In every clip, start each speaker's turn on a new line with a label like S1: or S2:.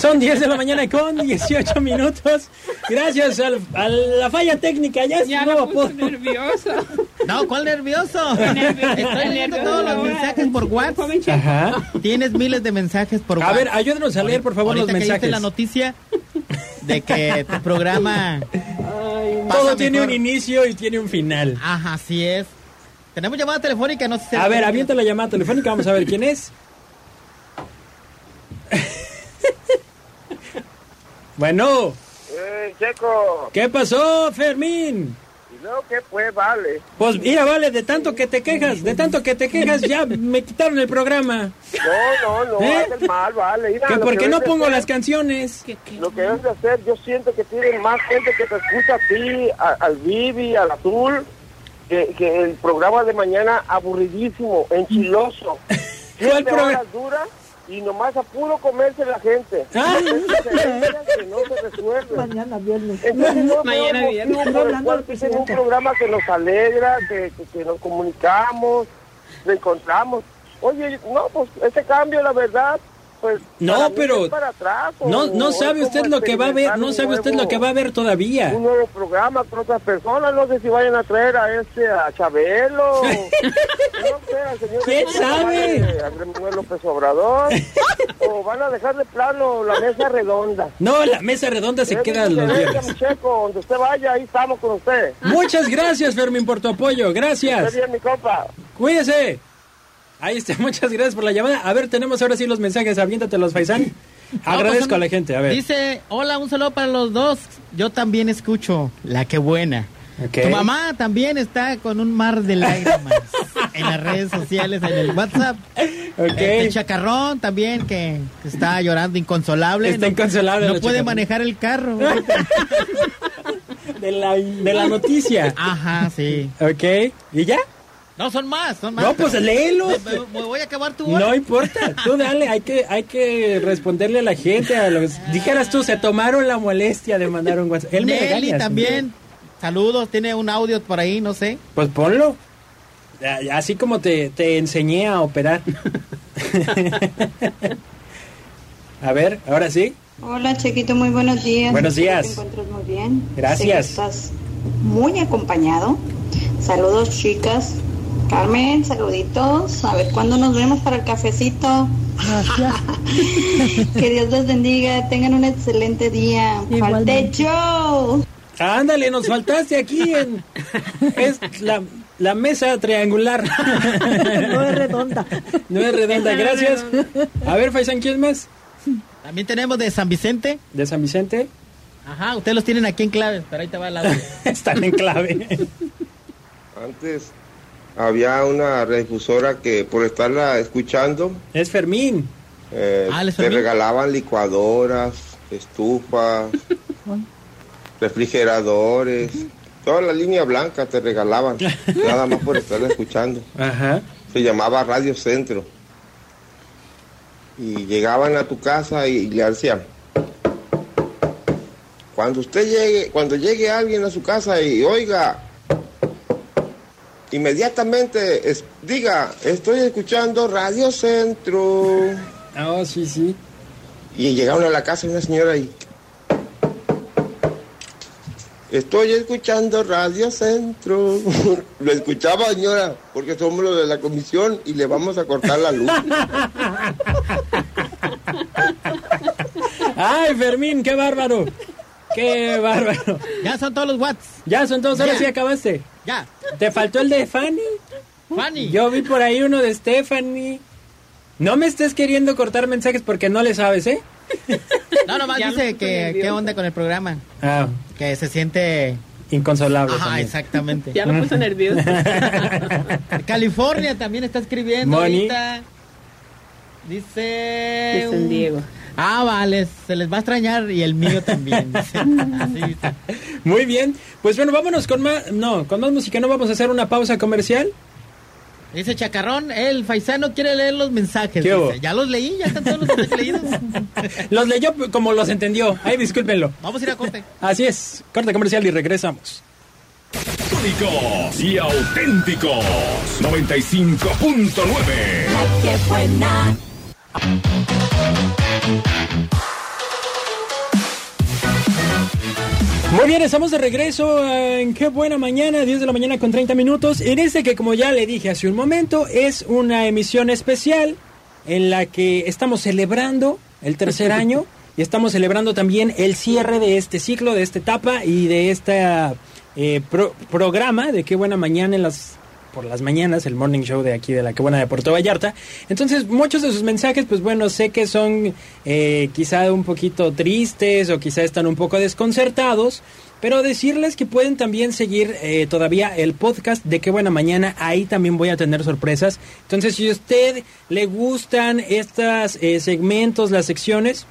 S1: Son 10 de la mañana con 18 minutos. Gracias al- a la falla técnica. Ya es
S2: Ya
S1: nuevo
S2: me puso
S1: apodo.
S2: nervioso.
S3: No, ¿cuál nervioso?
S2: nervioso,
S3: Estoy leyendo
S2: nervioso
S3: todos los
S2: ahora.
S3: mensajes por WhatsApp.
S2: Joven Checo.
S1: Ajá.
S3: Tienes miles de mensajes por
S1: A
S3: WhatsApp.
S1: ver, ayúdenos a leer, por favor, los
S3: Ahorita que viste
S1: mensajes.
S3: la noticia de que tu programa...
S1: Todo
S3: pasa
S1: tiene
S3: mejor. Ah,
S1: un inicio y tiene un final.
S3: Ajá, así es. Tenemos llamada telefónica, no sé si...
S1: A ver, avienta la llamada telefónica. Vamos a ver quién es. Bueno,
S4: Eh, Checo,
S1: ¿qué pasó, Fermín?
S4: y luego que pues vale.
S1: Pues mira, vale, de tanto que te quejas, de tanto que te quejas, ya me quitaron el programa.
S4: No, no, no,
S1: ¿Eh?
S4: haces mal, vale. Mira,
S1: Que
S4: lo
S1: porque
S4: que
S1: no
S4: debes
S1: pongo
S4: hacer-
S1: las canciones.
S2: ¿Qué, qué?
S4: Lo que debes de hacer, yo siento que tienen más gente que te escucha a ti, a- al Vivi, al Azul, que, que el programa de mañana aburridísimo, enchiloso.
S1: ¿Cuál
S4: Siete
S1: programa?
S4: horas dura y nomás a puro comerse la gente.
S1: Ah.
S4: Esas herencias que no se resuelven.
S5: Mañana viernes.
S4: Entonces, no veo
S2: Mañana
S4: motivo
S2: viernes.
S4: por el
S5: Hablando
S4: cual
S5: al
S4: que sea un
S5: presidente.
S4: programa que nos alegra, que, que- que nos comunicamos, nos encontramos. Oye, no, pues este cambio, la verdad, pues...
S1: No,
S4: para mí
S1: pero-
S4: es para atrás, o-
S1: No, no
S4: o es
S1: sabe
S4: como
S1: usted lo que va a ver,
S4: experimentar
S1: no
S4: un
S1: sabe usted
S4: nuevo-
S1: lo que va a ver todavía.
S4: Un nuevo programa con otras personas, no sé si vayan a traer a este, a Chabelo. no sé, al señor...
S1: ¿Quién sabe?
S4: a Andrés Manuel López Obrador. o van a dejar de plano la mesa redonda.
S1: No, la mesa redonda se queda los
S4: Venga,
S1: viernes.
S4: mucheco, donde usted vaya, ahí estamos con usted.
S1: Muchas gracias, Fermín, por tu apoyo.
S4: Está
S1: Gracias.
S4: bien, mi compa.
S1: Cuídese. Ahí está, muchas gracias por la llamada. A ver, tenemos ahora sí los mensajes. Aviéntatelos, Faisán.
S3: No,
S1: Agradezco
S3: pues,
S1: a la gente, a ver.
S3: Dice, hola, un saludo para los dos. Yo también escucho La que buena.
S1: Ok.
S3: Tu mamá también está con un mar de lágrimas en las redes sociales, en el WhatsApp. Este
S1: Ok.
S3: chacarrón también que que está llorando inconsolable.
S1: Está
S3: No-
S1: inconsolable
S3: No
S1: la
S3: puede
S1: Chacarrón.
S3: manejar el carro.
S1: De la, de la noticia.
S3: Ajá, sí.
S1: Ok. ¿Y ya?
S3: No, son más, son más.
S1: No, pues léelos.
S3: Me, me- me voy a acabar tu hora.
S1: No importa, tú dale, hay que, hay que responderle a la gente, a los dijeras tú, se tomaron la molestia de mandar un WhatsApp. Él me
S3: Nelly
S1: regaña,
S3: también. Saludos, tiene un audio por ahí, no sé.
S1: Pues ponlo. A- Así como te, te enseñé a operar. a ver, ahora sí.
S6: Hola Chequito, muy buenos días.
S1: Buenos días.
S6: Espero Te encuentras muy bien.
S1: Gracias.
S6: Sé que estás muy acompañado. Saludos chicas. Carmen, saluditos. A ver cuándo nos vemos para el cafecito. que Dios les bendiga. Tengan un excelente día.
S5: Igualmente.
S6: Falté yo.
S1: Ándale, nos faltaste aquí en es la, la mesa triangular.
S5: No es redonda.
S1: no es redonda, gracias. A ver, Faisan, ¿quién más?
S3: También tenemos de San Vicente.
S1: De San Vicente.
S3: Ajá, ustedes los tienen aquí en clave, pero ahí te va el audio.
S1: Están en clave.
S7: Antes había una redifusora que por estarla escuchando
S1: Es Fermín.
S7: eh,
S3: Ah, ¿les
S7: te
S3: permite?
S7: regalaban licuadoras, estufas, refrigeradores, toda la línea blanca te regalaban, nada más por estarla escuchando.
S1: Ajá.
S7: Se llamaba Radio Centro. Y llegaban a tu casa y, le hacían. Cuando usted llegue, cuando llegue alguien a su casa y oiga, inmediatamente es- diga, estoy escuchando Radio Centro.
S1: Ah, oh, sí, sí.
S7: Y llegaron a la casa una señora y. Estoy escuchando Radio Centro. Lo escuchaba, señora, porque somos los de la comisión y le vamos a cortar la luz.
S1: Ay, Fermín, qué bárbaro. Qué bárbaro.
S3: ya son todos los whats.
S1: Ya son todos, ahora
S3: Ya.
S1: sí acabaste.
S3: Ya.
S1: ¿Te faltó el de Fanny?
S3: Fanny.
S1: Yo vi por ahí uno de Stephanie. No me estés queriendo cortar mensajes porque no le sabes, ¿eh?
S3: No, nomás
S2: Ya
S3: dice
S2: lo puse
S3: que
S2: nervioso.
S3: qué onda con el programa.
S1: Ah,
S3: Que se siente.
S1: inconsolable.
S3: Ajá,
S1: también.
S3: exactamente.
S2: Ya me puso nervioso.
S3: California también está escribiendo
S1: Moni.
S3: ahorita. Dice.
S2: De San Diego.
S3: Ah, vale, se les va a extrañar y el mío también. dice. Así dice.
S1: Muy bien. Pues bueno, vámonos con más. No, con más música no vamos a hacer una pausa comercial.
S3: Dice Chacarrón, el faisano quiere leer los mensajes.
S1: ¿Qué
S3: dice.
S1: hubo?
S3: Ya los leí, ya están todos los mensajes leídos.
S1: Los leyó como los entendió. Ay, discúlpenlo.
S3: Vamos a ir a corte.
S1: Así es. Corte comercial y regresamos.
S8: Únicos y auténticos. 95.9.
S6: Qué buena.
S1: Muy bien, estamos de regreso en Qué Buena Mañana, 10 de la mañana con 30 minutos. En este que, como ya le dije hace un momento, es una emisión especial en la que estamos celebrando el tercer año y estamos celebrando también el cierre de este ciclo, de esta etapa y de este programa de Qué Buena Mañana en las por las mañanas, el morning show de aquí de la que buena de Puerto Vallarta. Entonces, muchos de sus mensajes, pues bueno, sé que son eh, quizá un poquito tristes o quizá están un poco desconcertados, pero decirles que pueden también seguir eh, todavía el podcast de Qué Buena Mañana, ahí también voy a tener sorpresas. Entonces, si a usted le gustan estos eh, segmentos, las secciones,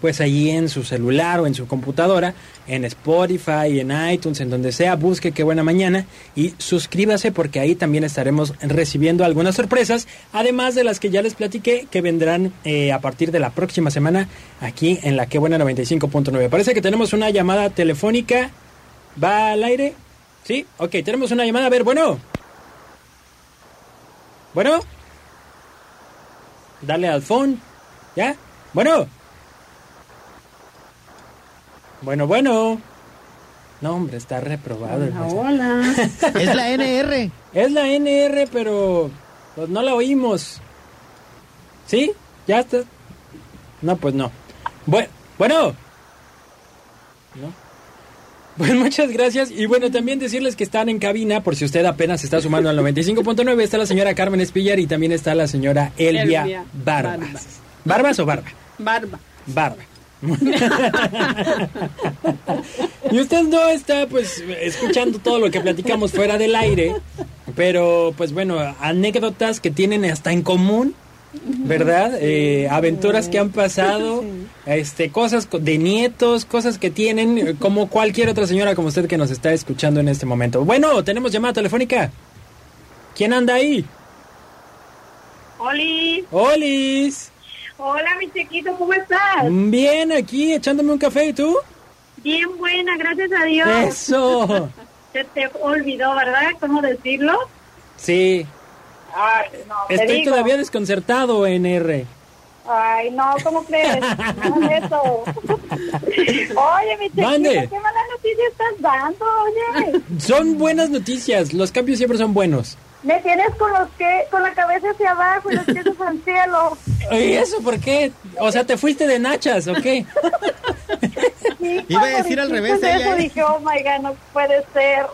S1: pues allí en su celular o en su computadora, en Spotify, en iTunes, en donde sea, busque qué buena mañana y suscríbase porque ahí también estaremos recibiendo algunas sorpresas, además de las que ya les platiqué que vendrán eh, a partir de la próxima semana aquí en la qué buena 95.9. Parece que tenemos una llamada telefónica. ¿Va al aire? Sí, ok, tenemos una llamada. A ver, bueno. Bueno. Dale al phone. ¿Ya? Bueno. Bueno, bueno. No, hombre, está reprobado.
S9: Ah,
S1: el mensaje.
S5: Hola.
S3: Es la NR.
S1: Es la NR, pero pues, no la oímos. ¿Sí? ¿Ya está? No, pues no. Bueno, bueno. No. Pues muchas gracias y bueno, también decirles que están en cabina por si usted apenas está sumando al 95.9, está la señora Carmen Espillar y también está la señora Elvia,
S5: Elvia
S1: Barbas.
S5: Barbas.
S1: ¿Barbas o Barba?
S5: Barba.
S1: Barba. y usted no está pues escuchando todo lo que platicamos fuera del aire, pero pues bueno, anécdotas que tienen hasta en común, ¿verdad? Eh, aventuras que han pasado, este cosas co- de nietos, cosas que tienen eh, como cualquier otra señora como usted que nos está escuchando en este momento. Bueno, tenemos llamada telefónica. ¿Quién anda ahí?
S2: Oli,
S1: Olis.
S2: hola mi chiquito, ¿cómo estás?
S1: Bien aquí echándome un café y tú?
S2: Bien buena, gracias a Dios.
S1: Eso.
S2: Se te olvidó, ¿verdad? ¿Cómo decirlo?
S1: Sí,
S2: Ay, no, te
S1: Estoy
S2: digo.
S1: todavía desconcertado, NR.
S2: Ay, no, ¿cómo crees? No es eso. oye, mi chiquito,
S1: Mande.
S2: ¿qué mala noticia estás dando, oye?
S1: Son buenas noticias, los cambios siempre son buenos.
S2: Me tienes con los que, con la cabeza hacia abajo y los pies hacia el cielo.
S1: ¿Y eso por qué? O sea, ¿te fuiste de nachas o qué?
S2: Sí,
S3: Iba a
S2: cuando
S3: decir al
S2: dijiste
S3: revés, ella,
S2: eso
S3: ¿eh?
S2: dije, oh my God, no puede ser.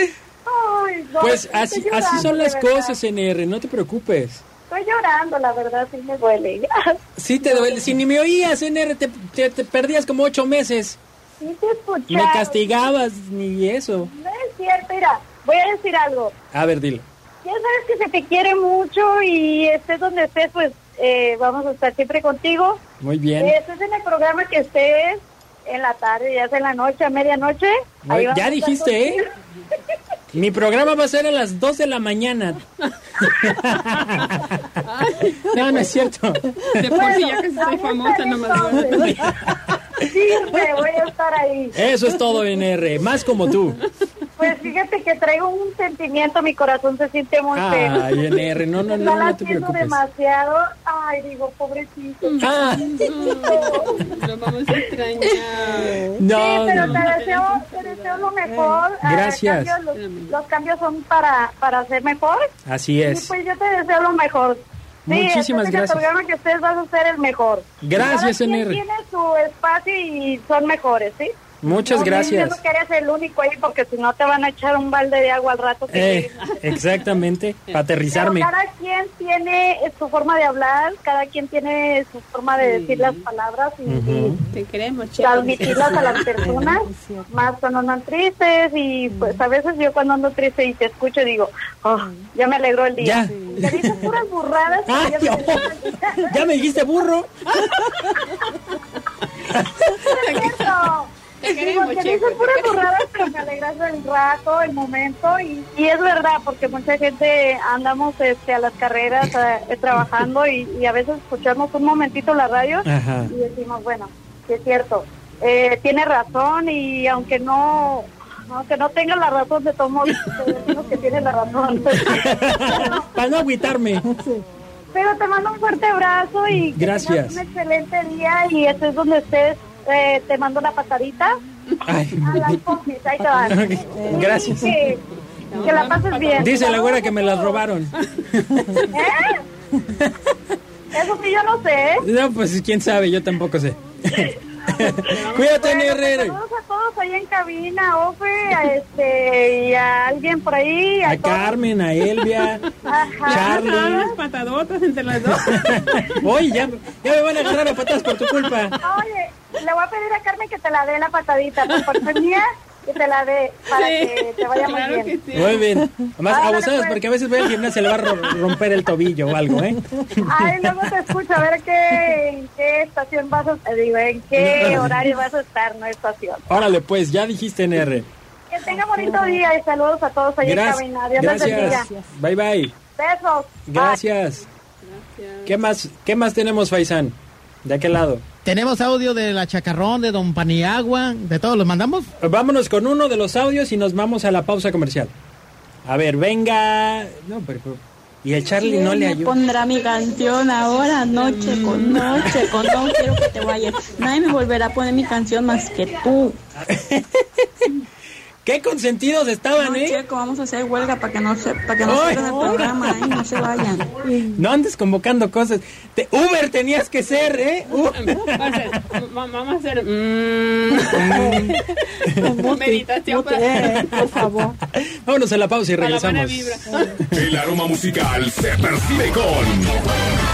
S2: Ay, no,
S1: Pues
S2: estoy
S1: así,
S2: llorando,
S1: así son
S2: de
S1: las
S2: verdad.
S1: cosas, eh. NR, no te preocupes.
S2: Estoy llorando, la verdad, sí me duele.
S1: Sí, te duele. Si ni me oías, NR, te, te- te perdías como ocho meses.
S2: Sí te escuché.
S1: Me castigabas, ni eso.
S2: No es cierto, mira, voy a decir algo.
S1: A ver, dilo.
S2: Ya sabes que se te quiere mucho y estés donde estés, pues eh, vamos a estar siempre contigo.
S1: Muy bien.
S2: Eh, estés en el programa que estés, en la tarde, ya sea en la noche, a medianoche.
S1: Muy-
S2: ahí vamos
S1: ya
S2: a estar
S1: dijiste, ¿eh?
S2: contigo.
S1: Mi programa va a ser a las 2 de la mañana. No, no es cierto.
S9: De por sí, ya que soy
S2: Ahí
S9: famosa,
S2: estaré
S9: no más digo.
S2: entonces. Sí, me voy a estar ahí.
S1: Eso es todo, NR. Más como tú.
S2: Pues fíjate que traigo un sentimiento, mi corazón se siente muy feliz.
S1: Ay, NR, no, no,
S2: Me
S1: no,
S2: están
S1: no te
S2: haciendo
S1: preocupes.
S2: demasiado. Ay, digo, pobrecito.
S1: Ah,
S9: Lo vamos a extrañar.
S2: sí,
S1: no,
S2: pero
S1: no.
S2: te deseo, te deseo lo mejor. Ah,
S1: Gracias.
S2: cambios, los, los cambios son para, para ser mejor.
S1: Así
S2: Y
S1: es.
S2: pues yo te deseo lo mejor.
S1: Muchísimas
S2: entonces
S1: gracias.
S2: El programa que ustedes van a ser el mejor.
S1: Gracias,
S2: Cada quien
S1: NR.
S2: Tiene su espacio y son mejores, ¿sí?
S1: Muchas
S2: No,
S1: gracias.
S2: No digas que eres el único ahí porque si no te van a echar un balde de agua al rato. que
S1: Eh,
S2: llegues.
S1: exactamente, para
S2: Pero
S1: aterrizarme.
S2: cada quien tiene eh, su forma de hablar, cada quien tiene su forma de decir las palabras y, y
S9: Te queremos,
S2: transmitirlas a las personas, más cuando andan tristes y pues a veces yo cuando ando triste y te escucho digo, "Oh, ya me alegró el
S1: Ya.
S2: día. Te dices puras burradas. y
S1: Ay,
S2: ya me alegró el
S1: oh,
S2: día.
S1: ya me dijiste burro.
S2: Eso.
S9: Te
S2: Digo,
S9: queremos,
S2: te dices
S9: Checo.
S2: puras burradas, pero me alegras del rato, el momento, y, y es verdad, porque mucha gente andamos este, a las carreras a- eh, trabajando y, y a veces escuchamos un momentito la radio
S1: Ajá.
S2: y decimos, bueno, sí es cierto, eh, tiene razón y aunque no... Aunque no tenga la razón, de todos modos, te decimos que tiene la razón.
S1: Para no agüitarme.
S2: Pero te mando un fuerte abrazo y que
S1: Gracias.
S2: tengas un excelente día y estés donde estés. eh, te mando una patadita.
S1: Ay.
S2: A las coges, ahí te van.
S1: Ok,
S2: Sí,
S1: gracias.
S2: Que, que la pases bien.
S1: Dice la güera que me las robaron.
S2: ¿Eh? Eso sí yo no sé. ¿eh?
S1: No, pues quién sabe, yo tampoco sé. Cuídate, Ana
S2: Bueno, pues,
S1: Herrera.
S2: Saludos a todos ahí en cabina, Ofe, a este, y a alguien por ahí.
S1: A
S2: todos.
S1: Carmen, a Elvia,
S2: Ajá.
S1: Charlie.
S9: las patadotas entre las dos.
S1: Oye, ya, ya me van a agarrar a patas por tu culpa.
S2: Oye, le voy a pedir a Carmen que te la dé la patadita, por parte mía, que te la dé para que te vaya muy
S9: claro
S2: bien.
S9: que sí.
S1: Muy bien. Además,
S2: Ándale,
S1: abusadas
S2: pues.
S1: porque a veces voy al gimnasio y le va a ro- romper el tobillo o algo, ¿eh?
S2: Ay, luego te escucho, a ver qué, en qué estación vas a digo, en qué horario vas a estar, no estación.
S1: Órale, pues, ya dijiste, NR.
S2: Que tenga bonito día y saludos a todos ahí en
S1: Gracias.
S2: cabina. Dios les bendiga.
S1: Gracias. Bye, bye.
S2: Besos. Bye.
S1: Gracias. ¿Qué más, qué más tenemos, Faisán? ¿De aquel lado?
S3: Tenemos audio de la Chacarrón, de Don Paniagua, de todos. ¿Los mandamos?
S1: Vámonos con uno de los audios y nos vamos a la pausa comercial. A ver, venga. No, pero. pero- Y el Charlie no le
S6: me
S1: ayuda.
S6: pondrá mi canción ahora, noche con noche, con no quiero que te vayas. Nadie me volverá a poner mi canción más que tú.
S1: ¡Qué consentidos estaban,
S6: No,
S1: eh!
S6: Checo, vamos a hacer huelga para que no se, para que no
S1: Ay.
S6: se pierdan el programa, ¿eh? no se vayan.
S1: No andes convocando cosas. Te- Uber tenías que ser, ¿eh? U-
S9: Va a ser- va- Vamos a hacer. mm, meditación para,
S5: Eh, por favor.
S1: Vámonos a la pausa y
S9: para la buena
S1: regresamos.
S9: vibra.
S8: El aroma musical se percibe con